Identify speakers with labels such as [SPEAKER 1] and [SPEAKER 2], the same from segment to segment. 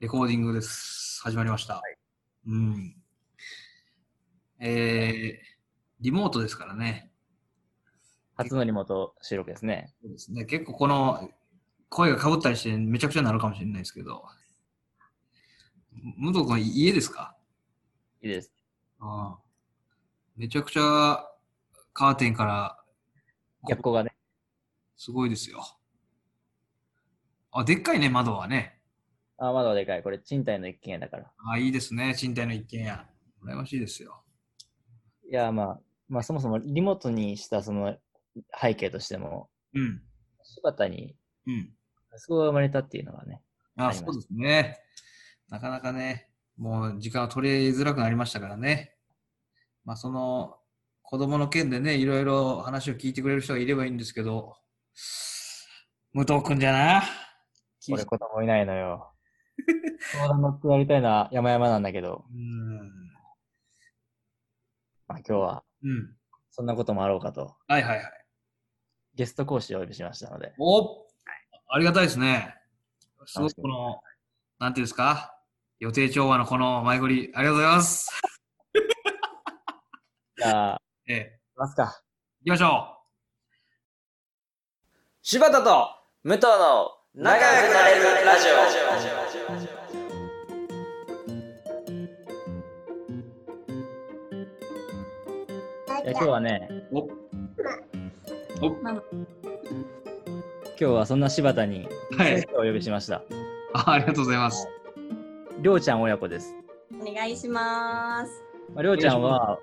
[SPEAKER 1] レコーディングです。始まりました。うん。えー、リモートですからね。
[SPEAKER 2] 初のリモート収録ですね。
[SPEAKER 1] そうですね。結構この声がかぶったりしてめちゃくちゃになるかもしれないですけど。武藤君、家ですか
[SPEAKER 2] いいです。
[SPEAKER 1] ああめちゃくちゃカーテンから
[SPEAKER 2] 逆光がね。
[SPEAKER 1] すごいですよ。あ、でっかいね、窓はね。
[SPEAKER 2] あ、窓はでかい。これ、賃貸の一軒家だから。
[SPEAKER 1] あ、いいですね、賃貸の一軒家。羨ましいですよ。
[SPEAKER 2] いや、まあ、まあ、そもそもリモートにしたその背景としても、
[SPEAKER 1] うん。
[SPEAKER 2] 柴田に、
[SPEAKER 1] うん。
[SPEAKER 2] 息子が生まれたっていうのがね。
[SPEAKER 1] あそうですね。なかなかね、もう時間を取りづらくなりましたからね。まあ、その、子供の件でね、いろいろ話を聞いてくれる人がいればいいんですけど、武藤君じゃな。
[SPEAKER 2] 俺子供いないのよ。 相談乗ってやりたいのは山々なんだけど。
[SPEAKER 1] うん。
[SPEAKER 2] まあ今日は、
[SPEAKER 1] うん。
[SPEAKER 2] そんなこともあろうかと。
[SPEAKER 1] はいはいはい。
[SPEAKER 2] ゲスト講師をお呼びしましたので。
[SPEAKER 1] おありがたいですね。すごくこの、なんていうんですか、予定調和のこの前振り、ありがとうございます。
[SPEAKER 2] じゃあ、
[SPEAKER 1] ええ。
[SPEAKER 2] いますか。
[SPEAKER 1] 行きましょう。
[SPEAKER 2] 柴田と武藤の仲良くなれるラジオ。いや今日はね、
[SPEAKER 1] おお
[SPEAKER 3] マ
[SPEAKER 2] 今
[SPEAKER 3] マ
[SPEAKER 2] 日はそんな柴田に
[SPEAKER 1] はい
[SPEAKER 2] ゲストをお呼びしました。
[SPEAKER 1] あありがとうございます。
[SPEAKER 2] りょうちゃん親子です。
[SPEAKER 3] お願いします。
[SPEAKER 2] まあ、りょうちゃんは、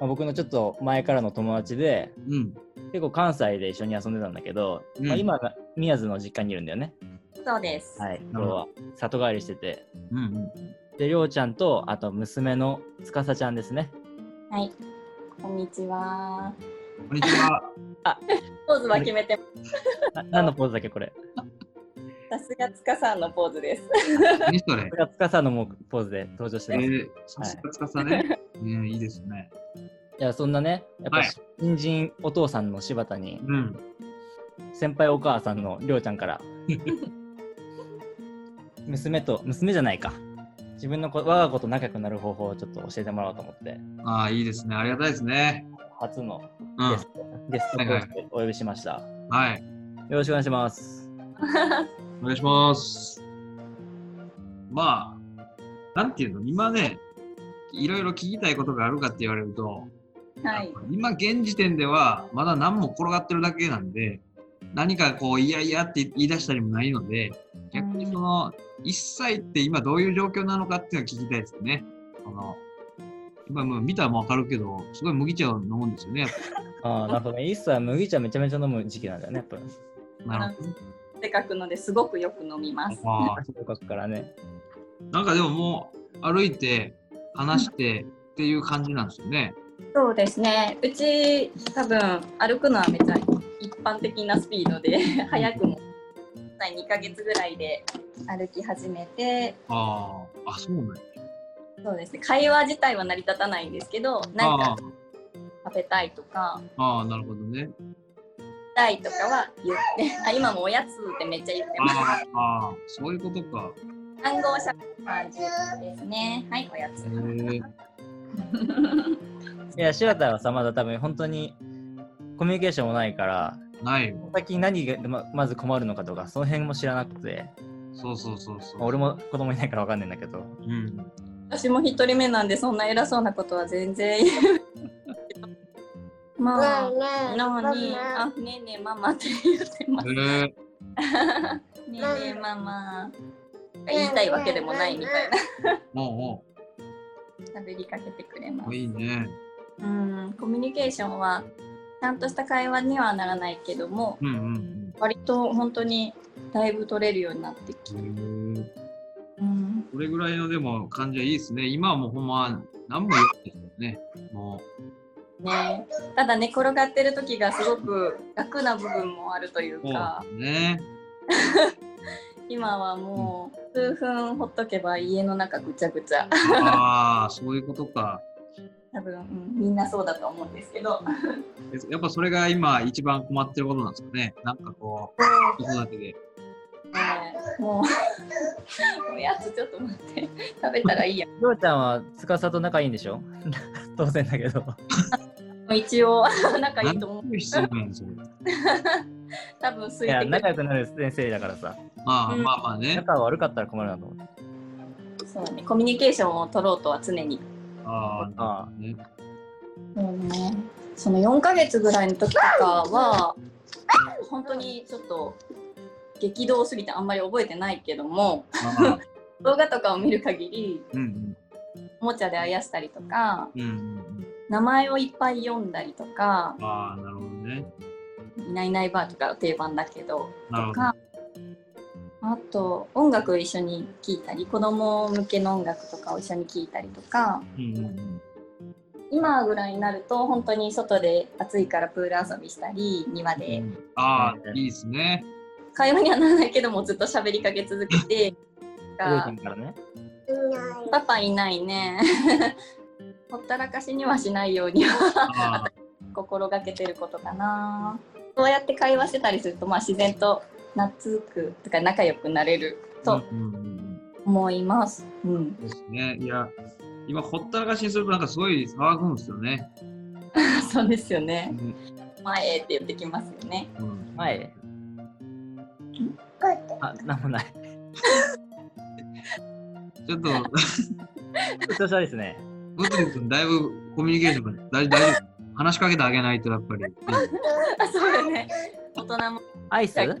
[SPEAKER 2] まあ、僕のちょっと前からの友達で、
[SPEAKER 1] うん。
[SPEAKER 2] 結構関西で一緒に遊んでたんだけど、
[SPEAKER 1] うん
[SPEAKER 2] まあ、今、宮津の実家にいるんだよね。
[SPEAKER 3] そうです。
[SPEAKER 2] はい、今日は里帰りしてて。
[SPEAKER 1] うんうん。
[SPEAKER 2] で、りょうちゃんと、あと娘のつかさちゃんですね。
[SPEAKER 3] はい。こんにちは。
[SPEAKER 1] こんにちは。
[SPEAKER 3] ポーズは決めてま
[SPEAKER 2] な何のポーズだっけ、これ。
[SPEAKER 3] す。さすがつかさんのポーズです。
[SPEAKER 1] 何それ
[SPEAKER 2] これがつかさのもうポーズで登場し
[SPEAKER 1] え
[SPEAKER 2] て
[SPEAKER 1] ー、さ
[SPEAKER 2] ます。い
[SPEAKER 1] すがつかさね。うん、いいですね。
[SPEAKER 2] や、そんなね、やっ
[SPEAKER 1] は
[SPEAKER 2] ぱ
[SPEAKER 1] い
[SPEAKER 2] 新人お父さんの柴田に、
[SPEAKER 1] うん。
[SPEAKER 2] 先輩お母さんのりょうちゃ んから、娘と、娘じゃないか。自分の子、我が子と仲良くなる方法をちょっと教えてもらおうと思って、
[SPEAKER 1] ああ、いいですね。ありがたいですね。
[SPEAKER 2] 初の
[SPEAKER 1] う
[SPEAKER 2] ゲ
[SPEAKER 1] ん
[SPEAKER 2] ス。ト、ゲスト講師でお呼びしました。
[SPEAKER 1] はい。
[SPEAKER 2] よろしくお願いします。
[SPEAKER 1] お願いします。まあ、なんていうの、今ね、いろいろ聞きたいことがあるかって言われると、
[SPEAKER 3] はい。
[SPEAKER 1] 今現時点ではまだ何も転がってるだけなんで、何かこう、いやいやって言い出したりもないので、逆にその、一切って今どういう状況なのかっていうのを聞きたいですよね。その今もう見たらもうわかるけど、すごい麦茶を飲むんですよね。やっ
[SPEAKER 2] ああ、なるほどね。イッサは麦茶めちゃめちゃ飲む時期なんだよね、やっぱ。
[SPEAKER 1] ぱなるほど
[SPEAKER 3] せっかくのですごくよく飲みます。
[SPEAKER 1] あー
[SPEAKER 2] 足をかくからね。
[SPEAKER 1] なんかでももう歩いて、話してっていう感じなんですよね。
[SPEAKER 3] そうですね。うち多分歩くのはめちゃ一般的なスピードで早くも2ヶ月ぐらいで歩き始めて、
[SPEAKER 1] ああ、あ、そうなんや。
[SPEAKER 3] そうですね。会話自体は成り立たないんですけど、何
[SPEAKER 1] あ
[SPEAKER 3] か食べたいとか、
[SPEAKER 1] あ、ああなるほどね。
[SPEAKER 3] たいとかは言って、あ今もおやつってめっちゃ言ってます。
[SPEAKER 1] ああ、ああそういうことか。
[SPEAKER 3] 暗号しゃべる感じですね。はい、おやつ
[SPEAKER 1] へ。え。
[SPEAKER 2] いや、柴田はさ、まだ多分本当にコミュニケーションもないから、
[SPEAKER 1] ないよ。
[SPEAKER 2] 先に何がままず困るのかとか、その辺も知らなくて、
[SPEAKER 1] そうそうそうそう。
[SPEAKER 2] まあ俺も子供いないからわかんないんだけど、
[SPEAKER 1] うん。
[SPEAKER 3] 私も一人目なんで、そんな偉そうなことは全然言う。 まあ、なのに、あ、ねえねえママって言ってます。
[SPEAKER 1] へえ。
[SPEAKER 3] ねえねえママ。言いたいわけでもないみたいな。
[SPEAKER 1] おう
[SPEAKER 3] 喋りかけてくれま
[SPEAKER 1] おう。
[SPEAKER 3] す。
[SPEAKER 1] いいね。
[SPEAKER 3] うん、コミュニケーションは、ちゃんとした会話にはならないけども、
[SPEAKER 1] うんうん
[SPEAKER 3] 割と本当にだいぶ取れるようになってきて。
[SPEAKER 1] うん。へえ。
[SPEAKER 3] うん
[SPEAKER 1] これぐらいのでも感じはいいですね。今はもうほんま、何も言ってないですよね。も
[SPEAKER 3] ね、ただ寝転がってる時がすごく楽な部分もあるという
[SPEAKER 1] う。
[SPEAKER 3] か
[SPEAKER 1] うね。
[SPEAKER 3] 今はもう数分ほっとけば家の中ぐちゃぐちゃ
[SPEAKER 1] ああ、そういうことか。
[SPEAKER 3] 多分、うんみんなそうだと思うんですけど
[SPEAKER 1] えやっぱそれが今一番困ってることなんですかね。なんかこう、子育てで。
[SPEAKER 3] もうおやつちょっと待って食べたらいいや
[SPEAKER 2] りょうちゃんは司と仲いいんでしょ 当然だけど。
[SPEAKER 3] 一応仲いいと思う
[SPEAKER 1] 何の必要なんですよ。
[SPEAKER 3] 多分空
[SPEAKER 2] い
[SPEAKER 3] い
[SPEAKER 2] や、
[SPEAKER 3] てく
[SPEAKER 2] 仲良
[SPEAKER 3] る
[SPEAKER 2] くなる先生だからさ。
[SPEAKER 1] まあ、
[SPEAKER 3] うん
[SPEAKER 1] まあまあね。
[SPEAKER 2] 仲悪かったら困るなと思って。
[SPEAKER 3] そうねコミュニケーションを取ろうとは常に
[SPEAKER 1] ああ、
[SPEAKER 2] あ
[SPEAKER 1] ね。
[SPEAKER 3] そうねその4ヶ月ぐらいの時とかは本当にちょっと激動すぎてあんまり覚えてないけども
[SPEAKER 1] まあ、
[SPEAKER 3] 動画とかを見る限り
[SPEAKER 1] うん
[SPEAKER 3] おもちゃであやしたりとか
[SPEAKER 1] うん。うんうんうん。
[SPEAKER 3] 名前をいっぱい読んだりとか
[SPEAKER 1] ああ、なるほどね。
[SPEAKER 3] 「いないいないばあ」とか定番だけど
[SPEAKER 1] なるほ
[SPEAKER 3] と
[SPEAKER 1] ど。
[SPEAKER 3] かあと音楽を一緒に聴いたり子供向けの音楽とかを一緒に聴いたりとか
[SPEAKER 1] うんうんうん。
[SPEAKER 3] 今ぐらいになると本当に外で暑いからプール遊びしたり庭で
[SPEAKER 1] ああ、いいですね。
[SPEAKER 3] 会話にはならないけどもずっと喋りかけ続けて
[SPEAKER 2] りょう
[SPEAKER 3] が
[SPEAKER 2] 君からね。
[SPEAKER 3] パパいないね ほったらかしにはしないようには
[SPEAKER 1] あ あ、
[SPEAKER 3] 心がけてることかなそうやって会話してたりすると、まあ、自然と懐くとか仲良くなれると
[SPEAKER 1] うんうんうん
[SPEAKER 3] 思います、うん
[SPEAKER 1] う、ん。ですね。いや、今、ほったらかしにすると、なんかすごい騒ぐんですよね。
[SPEAKER 3] そうですよね
[SPEAKER 1] うん
[SPEAKER 3] 前へって言ってきますよね
[SPEAKER 1] うん
[SPEAKER 2] 前。あ、なんも ない。
[SPEAKER 1] ちょっと、
[SPEAKER 2] 調子悪いですね。
[SPEAKER 1] ブツブツだいぶコミュニケーションが大大丈夫。話しかけてあげないと、やっぱり。
[SPEAKER 3] あそうよね大人も
[SPEAKER 2] ア イスちょ
[SPEAKER 3] はい
[SPEAKER 2] っ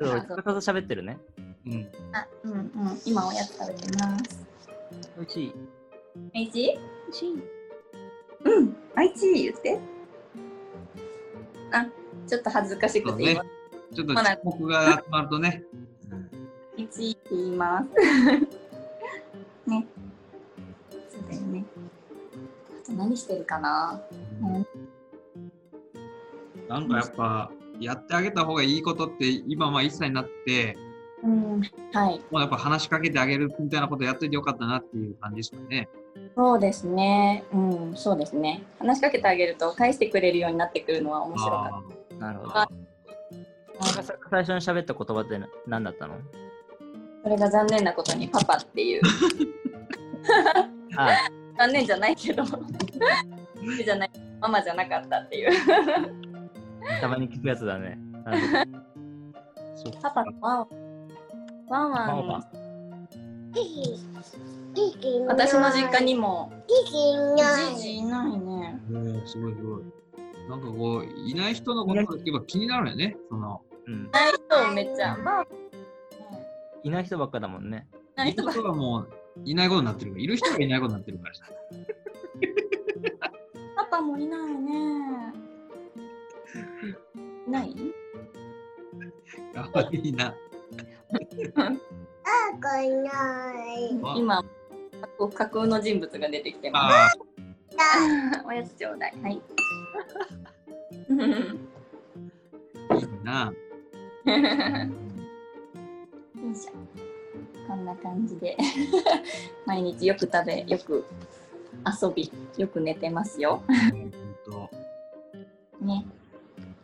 [SPEAKER 2] と俺、司と喋ってるね。
[SPEAKER 1] うん。
[SPEAKER 3] あうんうん今おやつ食べてます
[SPEAKER 2] おいしい。
[SPEAKER 3] おいしい
[SPEAKER 2] おいしい。
[SPEAKER 3] うん、あいち言って。あ、ちょっと恥ずかしくて言います。
[SPEAKER 1] ちょっと遅刻が集まるとね。うん
[SPEAKER 3] あいちって言います。 ね。そうだよね。あと何してるかな。うん
[SPEAKER 1] なんかやっぱ、やってあげた方がいいことって、今まあ1歳になって、
[SPEAKER 3] うん、はい。
[SPEAKER 1] もうやっぱ話しかけてあげるみたいなことやっといてよかったなっていう感じですかね。
[SPEAKER 3] そうですね。うん、そうですね。話しかけてあげると返してくれるようになってくるのは面白か
[SPEAKER 1] あ
[SPEAKER 2] なるほど。
[SPEAKER 1] あ
[SPEAKER 3] った。
[SPEAKER 2] 司最初に喋った言葉って何だったの
[SPEAKER 3] それが残念なことにパパって いう。
[SPEAKER 2] あ、
[SPEAKER 3] 残念じゃないけど。じゃない。ママじゃなかったっていう。
[SPEAKER 2] たまに聞くやつだね。なるほど
[SPEAKER 1] そっか
[SPEAKER 3] パパとワンワンワン。
[SPEAKER 2] ワンワン
[SPEAKER 3] 私の実家にも
[SPEAKER 4] キキいない
[SPEAKER 3] じじいないね。
[SPEAKER 1] うんすごいすごい。なんかこう、いない人のことがやっぱ気になるよね。その、
[SPEAKER 2] うん。
[SPEAKER 3] そうめっちゃ。まあ、
[SPEAKER 2] いない人ばっかだもんね。
[SPEAKER 3] ないい
[SPEAKER 1] る
[SPEAKER 3] とか
[SPEAKER 1] 人がもういないことになってるから、いる人がいないことになってるから。
[SPEAKER 3] パパもいないね。いない？
[SPEAKER 1] かわいいな。
[SPEAKER 4] パパいない
[SPEAKER 1] あ
[SPEAKER 3] 今架空の人物が出てきてます。
[SPEAKER 1] あ
[SPEAKER 3] おやつちょうだい。はい。
[SPEAKER 1] あ、いいな。
[SPEAKER 3] よいしょこんな感じで 毎日よく食べよく遊びよく寝てますよ。
[SPEAKER 1] うんほんと
[SPEAKER 3] ね。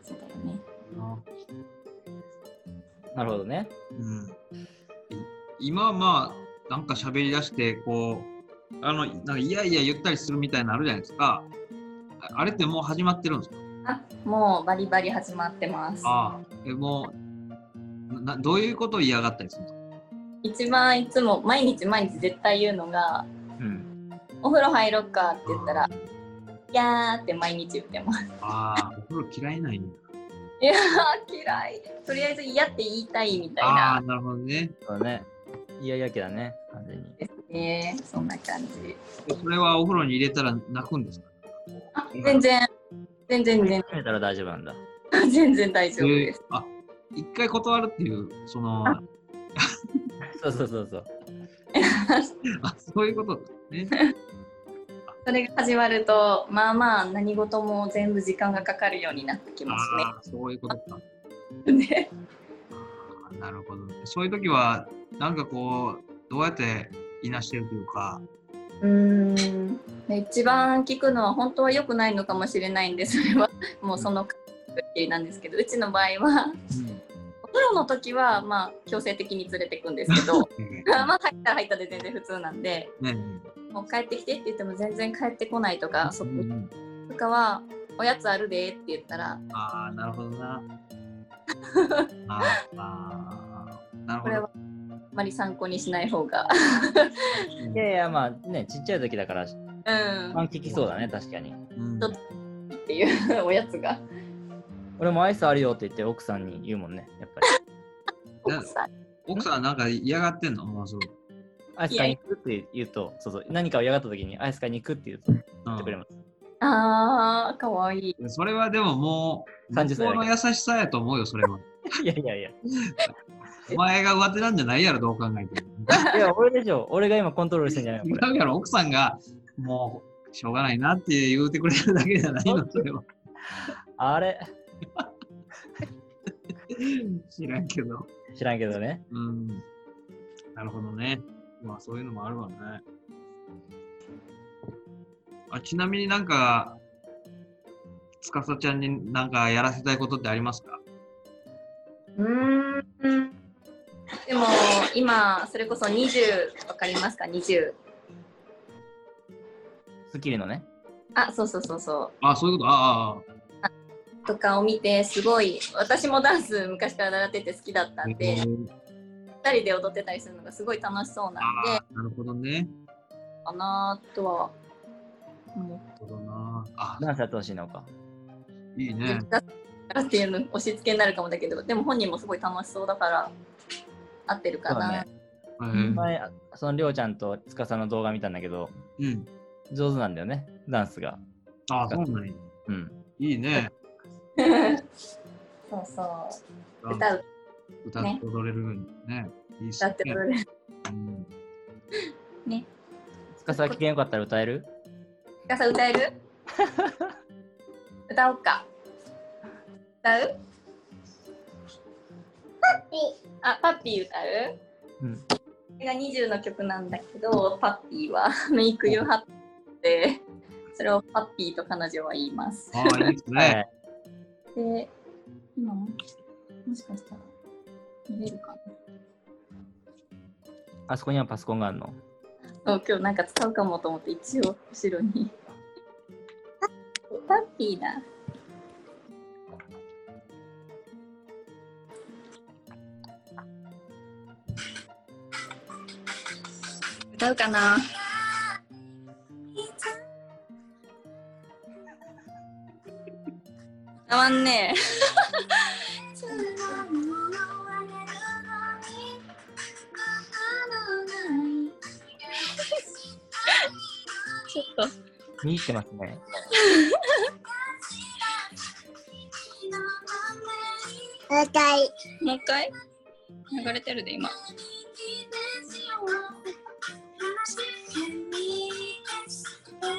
[SPEAKER 3] そうだよね。
[SPEAKER 1] な
[SPEAKER 2] なるほどね。
[SPEAKER 1] うんい今まあなんか喋り出してこうあのなんかいやいや言ったりするみたいなのあるじゃないですかああれってもう始まってるんですか
[SPEAKER 3] あもうバリバリ始まってます。
[SPEAKER 1] ああえもうなどういうことを嫌がったりするんですか
[SPEAKER 3] 一番いつも毎日毎日絶対言うのが
[SPEAKER 2] うん。
[SPEAKER 3] 「お風呂入ろっか」って言ったら「いやー」って毎日言ってます。
[SPEAKER 1] ああお風呂嫌いないんだ
[SPEAKER 3] いやー 嫌い。とりあえず「嫌」って言いたいみたい
[SPEAKER 1] ああ
[SPEAKER 3] な。
[SPEAKER 1] なるほどね
[SPEAKER 2] そうだね。いやいやけだね。完全に。
[SPEAKER 3] ですね。そんな感じ。
[SPEAKER 1] えそれはお風呂に入れたら泣くんですか
[SPEAKER 3] あ全然全然全
[SPEAKER 2] 決めたら大丈夫なんだ。
[SPEAKER 3] 然 全然大丈夫
[SPEAKER 1] え
[SPEAKER 3] で
[SPEAKER 1] ー
[SPEAKER 3] す。
[SPEAKER 1] あ一回断るっていうその
[SPEAKER 3] あ
[SPEAKER 2] そうそうそうそう。
[SPEAKER 1] あそういうことね
[SPEAKER 3] それが始まるとまあまあ何事も全部時間がかかるようになってきます
[SPEAKER 1] ああそういうことか
[SPEAKER 3] ね。ね
[SPEAKER 1] あなるほどね。そういう時は、なんかこう、どうやっていなしてるというか、
[SPEAKER 3] う ーんで一番聞くのは本当は良くないのかもしれないんでそれはもうその感くってなんですけどうちの場合はお風呂の時はまあ強制的に連れてくんですけど まあ入ったら入ったで全然普通なんで
[SPEAKER 1] うん。ね
[SPEAKER 3] もう帰ってきてって言っても全然帰ってこないとかそこ
[SPEAKER 1] うんうん
[SPEAKER 3] とかはおやつあるでって言ったら
[SPEAKER 1] ああ、なるほどな。あーあー、なる
[SPEAKER 3] こ
[SPEAKER 1] ほ
[SPEAKER 3] れ
[SPEAKER 1] ど。
[SPEAKER 3] はあまり参考にしない方が
[SPEAKER 1] うん
[SPEAKER 2] いやいや、まあね、ちっちゃい時だから、一
[SPEAKER 3] うん
[SPEAKER 2] 番効きそうだね、確かに。
[SPEAKER 1] うん
[SPEAKER 3] ちょっとっていう おやつが
[SPEAKER 2] 俺もアイスあるよって言って奥さんに言うもんね、やっぱり。
[SPEAKER 3] 奥さん
[SPEAKER 1] 奥さんはなんか嫌がってんのものすごく。
[SPEAKER 2] アイス買いに行くって言うと、そうそう、何かを嫌がった時にアイス買いに行くって言うと、言
[SPEAKER 1] うん
[SPEAKER 2] ってくれ ます。
[SPEAKER 3] あーかわいい
[SPEAKER 1] それはでももう、
[SPEAKER 2] 30歳だ
[SPEAKER 1] 向こうの優しさやと思うよ、それは。
[SPEAKER 2] いやいやいや。
[SPEAKER 1] お前が上手なんじゃないやろ、どう考えても。
[SPEAKER 2] いや、俺でしょ。俺が今コントロールしてんじゃないのこれ
[SPEAKER 1] 違うやろ、奥さんが、もう、しょうがないなって言うてくれるだけじゃないの、それは。
[SPEAKER 2] あれ
[SPEAKER 1] 知らんけど。
[SPEAKER 2] 知らんけどね。
[SPEAKER 1] うん。なるほどね。まあ、そういうのもあるわね。あちなみになんか、つかさちゃんになんかやらせたいことってありますか
[SPEAKER 3] うーんでも今それこそ20わかりますか20
[SPEAKER 2] スッキリのね。
[SPEAKER 3] あそうそうそうそ
[SPEAKER 1] あ、そういうことあああ
[SPEAKER 3] うとかを見てすごい私もダンス昔から習ってて好きだった
[SPEAKER 1] あ、
[SPEAKER 3] んで
[SPEAKER 1] え
[SPEAKER 3] 2
[SPEAKER 1] ー
[SPEAKER 3] 人で踊ってたりするのがすごい楽しそうなんで
[SPEAKER 1] あーなるほどね。
[SPEAKER 3] かなとは思っ
[SPEAKER 1] なるほどな。あ、
[SPEAKER 2] ダンスやってほしいのか。
[SPEAKER 1] いい
[SPEAKER 3] て
[SPEAKER 1] ね
[SPEAKER 3] る。だからっていうの押し付けになるかもだけどでも本人もすごい楽しそうだから合ってるか
[SPEAKER 2] そうだ
[SPEAKER 3] な
[SPEAKER 2] ね。
[SPEAKER 1] え
[SPEAKER 3] うん
[SPEAKER 1] ー
[SPEAKER 2] 前、あそのりょうちゃんとつかさの動画見たんだけど、
[SPEAKER 1] うん。
[SPEAKER 2] 上手なんだよね、ダンスが。
[SPEAKER 1] ああ、そうなんや。
[SPEAKER 2] うん。
[SPEAKER 1] いいね。
[SPEAKER 3] そうそう
[SPEAKER 1] あ
[SPEAKER 3] 歌う
[SPEAKER 1] 歌って踊れるのにね。いいし
[SPEAKER 3] 歌って踊れる
[SPEAKER 1] うん
[SPEAKER 3] ね
[SPEAKER 2] つかさ、機嫌よかったら歌える
[SPEAKER 3] ガサ歌える 歌おうか歌うあパッピー歌う
[SPEAKER 2] うん。
[SPEAKER 3] これが20の曲なんだけどパッピーは Make You Happy でそれをパッピーと彼女は言います
[SPEAKER 1] ああ、いいです
[SPEAKER 2] は
[SPEAKER 1] ね。
[SPEAKER 2] い。
[SPEAKER 3] で今ももしかしたら見れるかな
[SPEAKER 2] あそこにはパソコンがあるの。
[SPEAKER 3] そう今日なんか使うかもと思って一応後ろ にパッピーだ歌うかなたまんねちょっと
[SPEAKER 2] 見入ってますね。
[SPEAKER 4] 歌い。
[SPEAKER 3] もう一回流れてるで今。あ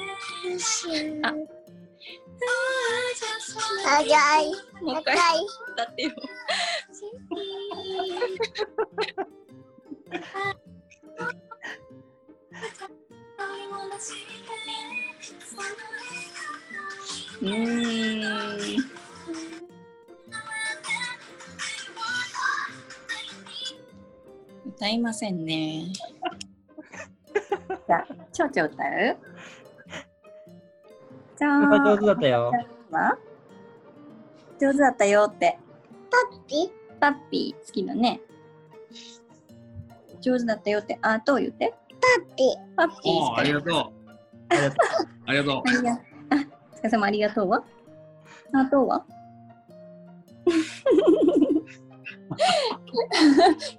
[SPEAKER 4] 歌 い。
[SPEAKER 3] もう一
[SPEAKER 4] 歌
[SPEAKER 3] 回
[SPEAKER 4] い。
[SPEAKER 3] 歌ってよ。うーん。歌いません ね。じゃあ、ちょうちょ歌う。じゃあ、
[SPEAKER 2] 歌上手だったよ。
[SPEAKER 3] は上手だったよって。
[SPEAKER 4] ピッ
[SPEAKER 3] パッピー好きだね。上手だったよって、あと言って。
[SPEAKER 4] ピ。
[SPEAKER 3] パッピー好き
[SPEAKER 1] おお、ありがとう。
[SPEAKER 2] ありがと
[SPEAKER 1] ありがと
[SPEAKER 3] ありがあ、お疲れ様ありがとうは。あとは。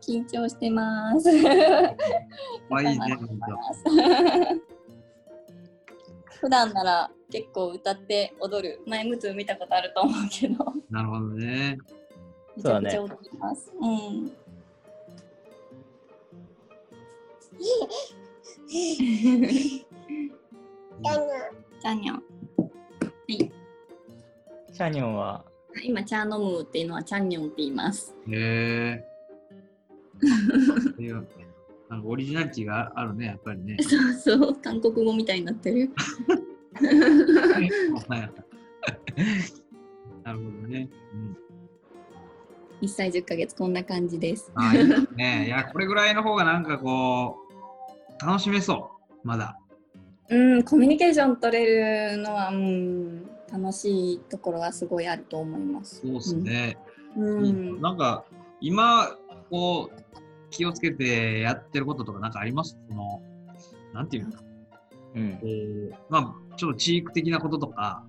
[SPEAKER 3] 緊張してます。
[SPEAKER 1] う。わいいね。ほんと
[SPEAKER 3] 普段なら結構歌って踊る前ムツ見たことあると思うけど
[SPEAKER 1] なるほどね。
[SPEAKER 3] めち
[SPEAKER 2] そうだ
[SPEAKER 3] ゃ
[SPEAKER 2] ね
[SPEAKER 3] くちゃ踊ります。うん。チャーニョン。
[SPEAKER 2] うシャニョンは、
[SPEAKER 3] 今チャーノムーっていうのはチャンニョンって言います。
[SPEAKER 1] へえ。っていうなんかオリジナリティがあるね、やっぱりね。
[SPEAKER 3] そうそう韓国語みたいになってる。
[SPEAKER 1] ななるほどね。うん、
[SPEAKER 5] 1歳10ヶ月こんな感じです。
[SPEAKER 1] あーいいですね。いや、これぐらいの方がなんかこう、楽しめそう。まだ。
[SPEAKER 5] うん、コミュニケーション取れるのは、うん、楽しいところはすごいあると思います。
[SPEAKER 1] そうですね。
[SPEAKER 5] う
[SPEAKER 1] いい
[SPEAKER 5] ん、
[SPEAKER 1] なんか、今、こう、気をつけてやってることとかなんかありますその、なんていうの
[SPEAKER 2] うん
[SPEAKER 1] え。ーまあ、ちょっと地域的なこととか、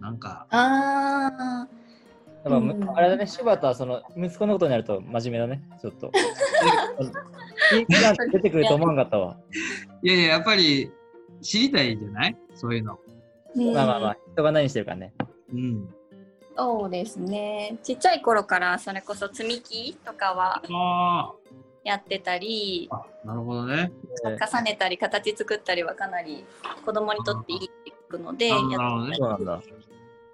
[SPEAKER 1] なんか、
[SPEAKER 5] ああ、
[SPEAKER 2] だから
[SPEAKER 5] うんうん
[SPEAKER 2] む、あれだね、柴田はその息子のことになると真面目だね、ちょっ と。いい子なんて出てくると思わんかったわ。
[SPEAKER 1] いやいや、やっぱり知りたいじゃないそういうの。
[SPEAKER 5] うん
[SPEAKER 2] まあまあまあ、人が何してるかね。
[SPEAKER 1] うん。
[SPEAKER 3] そうですね。ちっちゃい頃からそれこそ積み木とかは
[SPEAKER 1] あ
[SPEAKER 3] やってたり、
[SPEAKER 1] あ、なるほどね。
[SPEAKER 2] えー
[SPEAKER 3] 重ねたり形作ったりはかなり子供にとっていいって聞くので、
[SPEAKER 1] あ
[SPEAKER 3] や
[SPEAKER 1] ーなるほどね
[SPEAKER 2] そうなんだ。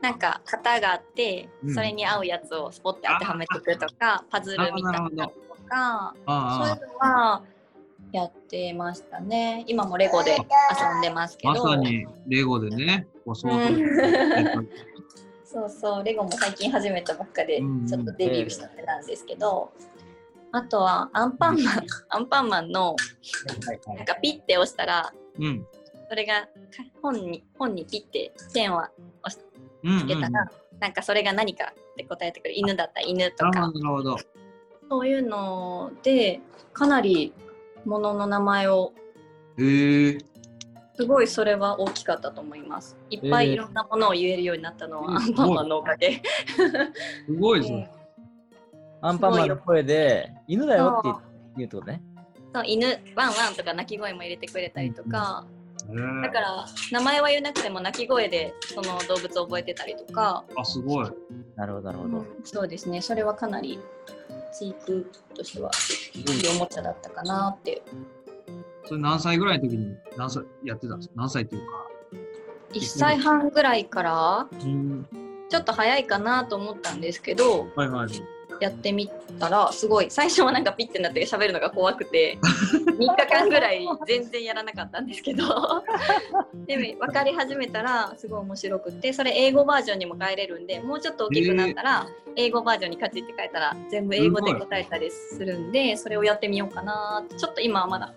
[SPEAKER 3] なんか型があって
[SPEAKER 1] うん
[SPEAKER 3] それに合うやつをスポッて当てはめていくとか、パズルみたいなのとか、そうい
[SPEAKER 1] あ
[SPEAKER 3] うのはやってましたね。今もレゴで遊んでますけ
[SPEAKER 1] あ、
[SPEAKER 3] ど。
[SPEAKER 1] まさにレゴでね、こう、そうう、
[SPEAKER 3] んそうそう、レゴも最近始めたばっかで
[SPEAKER 1] うん、
[SPEAKER 3] ちょっとデビューしたてなんですけど、あとはアンパンマン、アンパンマンの、なんかピッて押したら、
[SPEAKER 1] うん。
[SPEAKER 3] それがか本に、本にピッて線を
[SPEAKER 1] うん、う
[SPEAKER 3] つ
[SPEAKER 1] ん。
[SPEAKER 3] けたら、
[SPEAKER 1] なる
[SPEAKER 3] なんかそれが何かって答えてくる。犬だったら犬と
[SPEAKER 1] ほど、な
[SPEAKER 3] か、
[SPEAKER 1] るほど。
[SPEAKER 3] そういうので、かなり物の名前を、
[SPEAKER 1] へえ。
[SPEAKER 3] すごいそれは大きかったと思います。いっぱいいろんなものを言えるようになったのは、
[SPEAKER 1] う ん
[SPEAKER 3] アンパンマンのおかげ。
[SPEAKER 1] すごいですね。
[SPEAKER 2] アンパンマンの声で、犬だよって言うってことね。
[SPEAKER 3] そう犬ワンワンとか鳴き声も入れてくれたりとか、だ
[SPEAKER 1] へ
[SPEAKER 3] から名前は言えなくても鳴き声でその動物を覚えてたりとか、
[SPEAKER 1] えあ、すごい。
[SPEAKER 2] なるほど、なるほど。
[SPEAKER 3] そうですねそれはかなり飼育としてはいいおもちゃだったかなって
[SPEAKER 1] それ何歳ぐらいの時に何歳やってたんですか何歳っていうか。
[SPEAKER 3] 1歳半ぐらいから
[SPEAKER 1] うん。
[SPEAKER 3] ちょっと早いかなと思ったんですけど
[SPEAKER 1] はいはい。
[SPEAKER 3] やってみたらすごい最初はなんかピッてなって喋るのが怖 くて3日間ぐらい全然やらなかったんですけど でも分かり始めたらすごい面白くてそれ英語バージョンにも変えれるんでもうちょっと大きくなったら英語バージョンにカチって変えたら全部英語で答えたりするんでそれをやってみようかなってちょっと今はまだ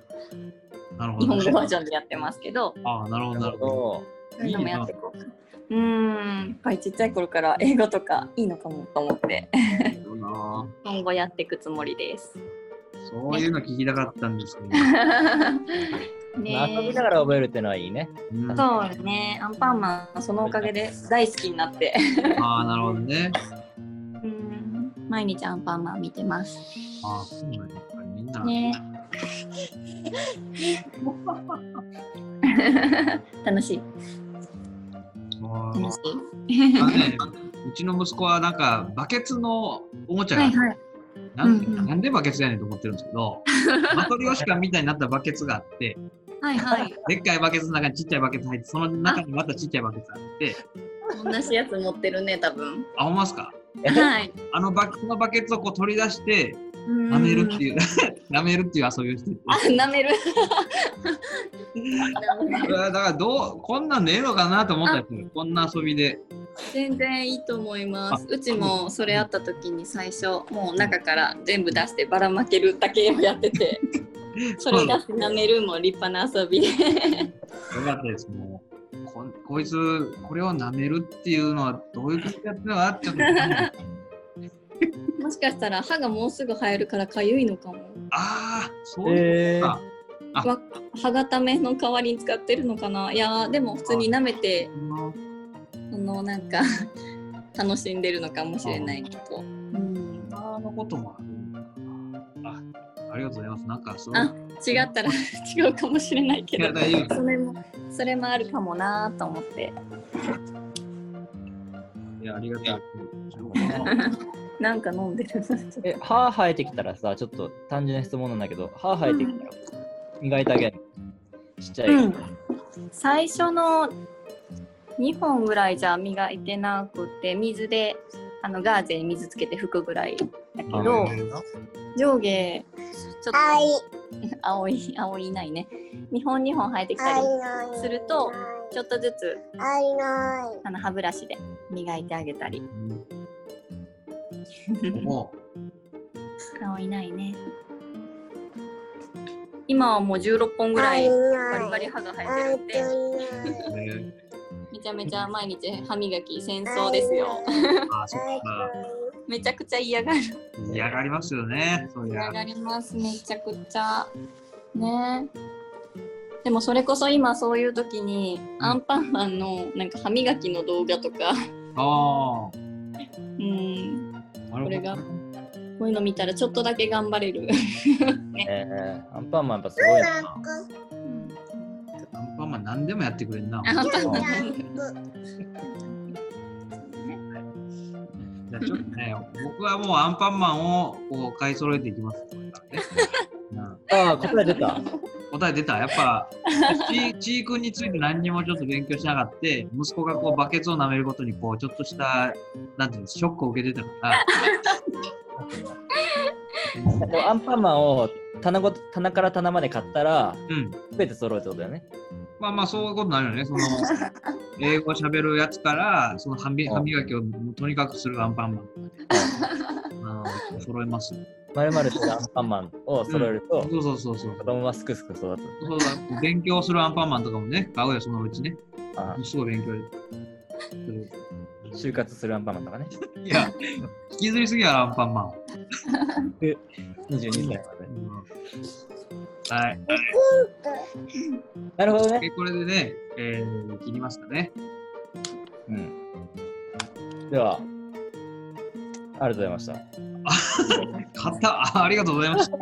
[SPEAKER 1] なるほ
[SPEAKER 3] 日
[SPEAKER 1] ど
[SPEAKER 3] 本
[SPEAKER 1] ね、
[SPEAKER 3] 語バージョンでやってますけど
[SPEAKER 1] ああ、なるほど、な
[SPEAKER 2] な
[SPEAKER 1] る
[SPEAKER 2] る
[SPEAKER 1] ほ ど。
[SPEAKER 2] ほ
[SPEAKER 3] そういうのもやっていこうかなうーんやっぱりちっちゃい頃から英語とかいいのかもと思って
[SPEAKER 1] いいな
[SPEAKER 3] 今後やっていくつもりです。
[SPEAKER 1] そういうの聞きたかったんです けど。
[SPEAKER 2] ど。
[SPEAKER 3] ね
[SPEAKER 2] まあ遊びながら覚えるってのはい いね。
[SPEAKER 1] うんあ
[SPEAKER 3] そうね、アンパンマン、そのおかげで大好きになって。
[SPEAKER 1] あ、なるほどね。
[SPEAKER 3] 毎日アンパンマン見てます。
[SPEAKER 1] ああ、そうなんややっぱりみん な。
[SPEAKER 3] ね。楽しい、
[SPEAKER 1] あ
[SPEAKER 3] 楽し
[SPEAKER 1] ああね、うちの息子はなんかバケツのおもち
[SPEAKER 3] い。
[SPEAKER 1] ゃが、
[SPEAKER 3] はい。
[SPEAKER 1] なん
[SPEAKER 3] うんうん
[SPEAKER 1] なんでバケツやねんと思ってるんですけど、マトリョーシカみたいになったバケツがあって、
[SPEAKER 3] はいはい。
[SPEAKER 1] でっかいバケツの中にちっちゃいバケツ入って、その中にまたちっちゃいバケツあって、
[SPEAKER 3] 同じやつ持ってるね、多分。
[SPEAKER 1] あ、ほんまっすか
[SPEAKER 3] はい。
[SPEAKER 1] あのバケツのバケツをこう取り出して、舐めるって
[SPEAKER 3] う
[SPEAKER 1] いう、 舐めるっていう遊びをしてて。
[SPEAKER 3] ん。あ、舐める。
[SPEAKER 1] うわだからどう、こんなんでええのかなと思ったんですよ。こんな遊びで。
[SPEAKER 5] 全然いいと思います。うちもそれあった時に最初、もう中から全部出してばらまけるだけをやって て、それ出して舐めるも立派な遊び。
[SPEAKER 1] よかったです、もう。こんこいつ、これを舐めるっていうのはどういうことやってるのかなってちょっと分かんない。
[SPEAKER 5] もしかしたら歯がもうすぐ生えるから痒いのかも。
[SPEAKER 1] ああ、そういう
[SPEAKER 2] え
[SPEAKER 1] ああ
[SPEAKER 5] わ歯固めの代わりに使ってるのかないやーでも普通に舐めて
[SPEAKER 1] の
[SPEAKER 5] そのなん か楽しんでるのかもしれないけど。うん
[SPEAKER 1] あのこともあるんだな。あ、ありがとうございます。なんかそう。
[SPEAKER 5] あ違った ら違うかもしれないけ
[SPEAKER 1] いや
[SPEAKER 5] ど
[SPEAKER 1] 大丈夫です
[SPEAKER 5] それも
[SPEAKER 3] それもあるかもなと思って。
[SPEAKER 1] いや、ありがたい。
[SPEAKER 3] なんか飲んでる。
[SPEAKER 2] え、歯生えてきたらさ、ちょっと単純な質問なんだけど、歯生えてきたら磨いてあげるの。ちっちゃい。
[SPEAKER 3] うん最初の2本ぐらいじゃ磨いてなくて水であのガーゼに水つけて拭くぐらいだけど上下ちょっ
[SPEAKER 4] あい、
[SPEAKER 3] と青い青いいないね2本2本生えてきた
[SPEAKER 4] あ
[SPEAKER 3] り
[SPEAKER 4] いない。
[SPEAKER 3] するとちょっとずつ
[SPEAKER 4] あいない。
[SPEAKER 3] あの歯ブラシで磨いてあげたり
[SPEAKER 1] うんもう
[SPEAKER 3] 顔いないね。今はもう16本ぐらいバリバリ歯が生えてるんで、
[SPEAKER 1] えー、
[SPEAKER 3] めちゃめちゃ毎日歯磨き戦争ですよ。
[SPEAKER 1] あーそっか
[SPEAKER 3] めちゃくちゃ嫌がる。
[SPEAKER 1] 嫌がりますよねそりゃ
[SPEAKER 3] 嫌がります、めちゃくちゃ。ねでもそれこそ今そういう時に、
[SPEAKER 1] ん
[SPEAKER 3] アンパンマンのなんか歯磨きの動画とか、
[SPEAKER 1] あ
[SPEAKER 3] うん、
[SPEAKER 1] あなるほど
[SPEAKER 3] これがこういうの見たらちょっとだけ頑張れる。
[SPEAKER 2] えー、アンパンマンやっぱすごいな。
[SPEAKER 1] アンパンマン何でもやってくれんな
[SPEAKER 3] アンパンマン
[SPEAKER 1] じゃあちょっとね、僕はもうアンパンマンをこう買い揃えていきます。これからねうん
[SPEAKER 2] ああ、答え出た。
[SPEAKER 1] 答え出た。やっぱ、ち ちーくんについて何にもちょっと勉強しなかった、息子がこうバケツを舐めることに、こう、ちょっとした、なんていうの、ショックを受けてたから、
[SPEAKER 2] でもアンパンマンを棚ごと棚から棚まで買ったら、
[SPEAKER 1] うん。
[SPEAKER 2] すべて揃うってことだよ ね。
[SPEAKER 1] まあまあ、そういうことになるよね。その、英語喋るやつから、その歯み歯磨きをとにかくするアンパンマン。うん、揃えます。
[SPEAKER 2] まるまるしたアンパンマンを揃えると、
[SPEAKER 1] そうそうそうそう
[SPEAKER 2] 子。供はすくすく育つ。
[SPEAKER 1] そうだ、勉強するアンパンマンとかもね、買うよ、そのうちね。
[SPEAKER 2] あ
[SPEAKER 1] すごい勉強
[SPEAKER 2] ー就活するアンパンマンとかね。
[SPEAKER 1] いや、引きずりすぎやろ、アンパンマン。
[SPEAKER 2] 22歳まで。
[SPEAKER 1] はい。
[SPEAKER 2] なるほどね。
[SPEAKER 1] えこれでね、えー、切りますかね。
[SPEAKER 2] うん。では、ありがとうございました。
[SPEAKER 1] 買ったあありがとうございました。